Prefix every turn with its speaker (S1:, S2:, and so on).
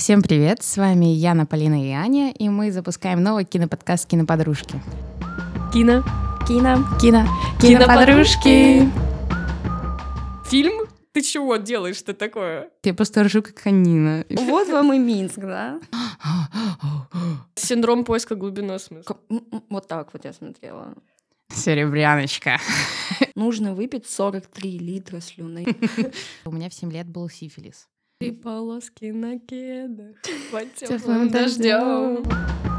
S1: Всем привет, с вами Яна, Полина и Аня, и мы запускаем новый киноподкаст «Киноподружки».
S2: Кино.
S1: Кино. Кино.
S2: Киноподружки. Фильм? Ты чего делаешь-то такое?
S1: Я просто ржу, как канина.
S3: Вот вам и Минск, да?
S2: Синдром поиска глубины смысла.
S3: К- м- м- Вот так вот я смотрела.
S1: Серебряночка.
S3: Нужно выпить 43 литра слюны.
S1: У меня в 7 лет был сифилис.
S2: Три полоски на кедах под
S1: теплым
S2: теплым дождем.